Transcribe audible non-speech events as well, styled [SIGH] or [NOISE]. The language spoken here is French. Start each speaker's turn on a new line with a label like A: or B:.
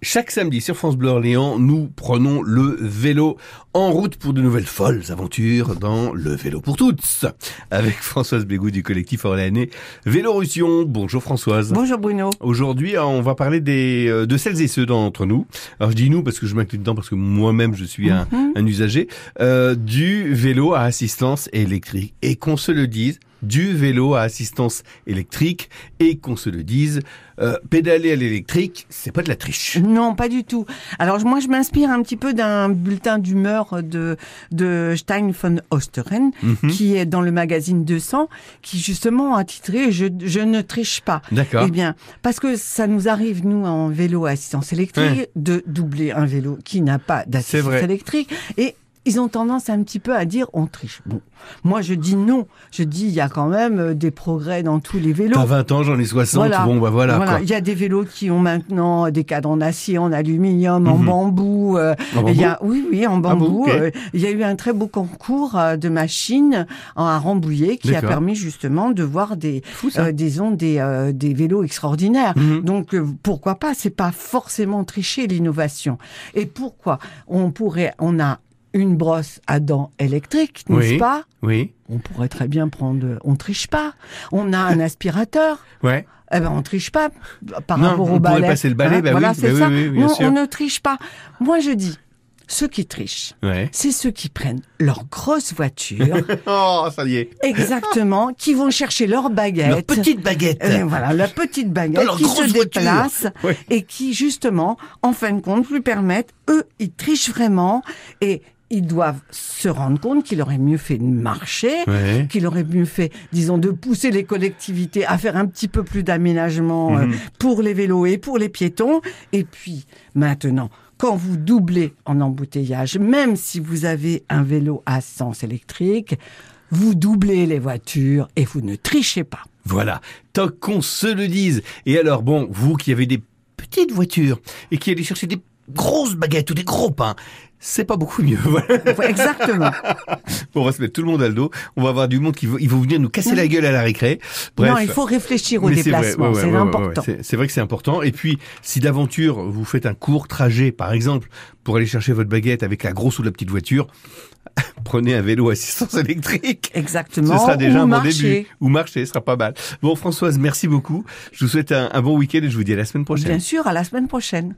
A: Chaque samedi sur France Bleu Orléans, nous prenons le vélo en route pour de nouvelles folles aventures dans le vélo pour toutes. Avec Françoise Bégou du collectif orléanais Vélo Russion. Bonjour Françoise.
B: Bonjour Bruno.
A: Aujourd'hui, euh, on va parler des, euh, de celles et ceux d'entre nous. Alors je dis nous parce que je m'inclus dedans parce que moi-même je suis un,
B: Mmh.
A: un usager euh, du vélo à assistance électrique. Et qu'on se le dise, du vélo à assistance électrique et qu'on se le dise, euh, pédaler à l'électrique, c'est pas de la triche.
B: Non, pas du tout. Alors moi, je m'inspire un petit peu d'un bulletin d'humeur de, de Stein von Osteren,
A: Mhm. Mmh.
B: qui est dans le magazine 200, qui justement a titré je, je ne triche pas.
A: D'accord.
B: Eh bien, parce que ça nous arrive, nous, en vélo à assistance électrique, de doubler un vélo qui n'a pas
A: C'est
B: d'assistance
A: vrai.
B: électrique. Et ils ont tendance un petit peu à dire on triche. Bon, moi je dis non. Je dis il y a quand même euh, des progrès dans tous les vélos.
A: T'as 20 ans, j'en ai 60.
B: Voilà.
A: Bon, bah voilà.
B: Voilà,
A: quoi.
B: il y a des vélos qui ont maintenant des cadres en acier, en aluminium, en
A: Mhm.
B: bambou. euh,
A: En Ah
B: il y a, oui, oui, en
A: bon,
B: bambou.
A: ok.
B: euh, il y a eu un très beau concours euh, de machines en- à Rambouillet qui a
A: D'accord.
B: permis justement de voir des euh, des ondes, des, euh, des vélos extraordinaires.
A: Mhm.
B: Donc euh, pourquoi pas C'est pas forcément tricher l'innovation. Et pourquoi On pourrait, on a une brosse à dents électrique, n'est-ce
A: Oui.
B: pas
A: Oui.
B: On pourrait très bien prendre. euh, On triche pas. On
A: [LAUGHS]
B: a un aspirateur.
A: Ouais.
B: Eh ben, on triche pas par
A: Non,
B: rapport
A: on
B: au
A: pourrait
B: balai. Hein,
A: passer le balai, bah
B: voilà,
A: oui,
B: c'est
A: bah oui,
B: ça.
A: oui, oui, bien
B: non,
A: sûr.
B: on ne triche pas. Moi, je dis, ceux qui trichent, [LAUGHS]
A: Ouais.
B: c'est ceux qui prennent leur grosse voiture,
A: [LAUGHS] Oh, ça y est.
B: exactement, qui vont chercher leur baguette.
A: Leur petite baguette.
B: Euh, voilà, la petite
A: Dans
B: baguette
A: leur
B: qui
A: grosse
B: se
A: voiture.
B: déplace
A: Ouais.
B: et qui, justement, en fin de compte, lui permettent, eux, ils trichent vraiment et ils doivent se rendre compte qu'il aurait mieux fait de marcher
A: Ouais.
B: qu'il aurait mieux fait, disons, de pousser les collectivités à faire un petit peu plus d'aménagement
A: Mhm.
B: euh, pour les vélos et pour les piétons. Et puis, maintenant, quand vous doublez en embouteillage, même si vous avez un vélo à sens électrique, vous doublez les voitures et vous ne trichez pas.
A: Voilà, tant qu'on se le dise. Et alors, bon, vous qui avez des petites voitures et qui allez chercher des grosses baguettes ou des gros pains, c'est pas beaucoup mieux. [LAUGHS] Voilà.
B: Exactement.
A: On va se mettre tout le monde à le dos. On va avoir du monde qui va, ils vont venir nous casser la gueule à la récré. [LAUGHS] Bref.
B: Non, il faut réfléchir au
A: Mais c'est vrai,
B: déplacement,
A: ouais, ouais,
B: c'est
A: ouais, ouais,
B: important.
A: ouais, c'est- C'est vrai que c'est important. Et puis, si d'aventure vous faites un court trajet, par exemple, pour aller chercher votre baguette avec la grosse ou la petite voiture, [LAUGHS] prenez un vélo assistance électrique.
B: Exactement.
A: Ce sera déjà
B: Ou
A: un bon
B: marcher.
A: début. Ou marcher, ce sera pas mal. Bon, Françoise, merci beaucoup. Je vous souhaite un, un bon week-end et je vous dis à la semaine prochaine.
B: Bien sûr, à la semaine prochaine.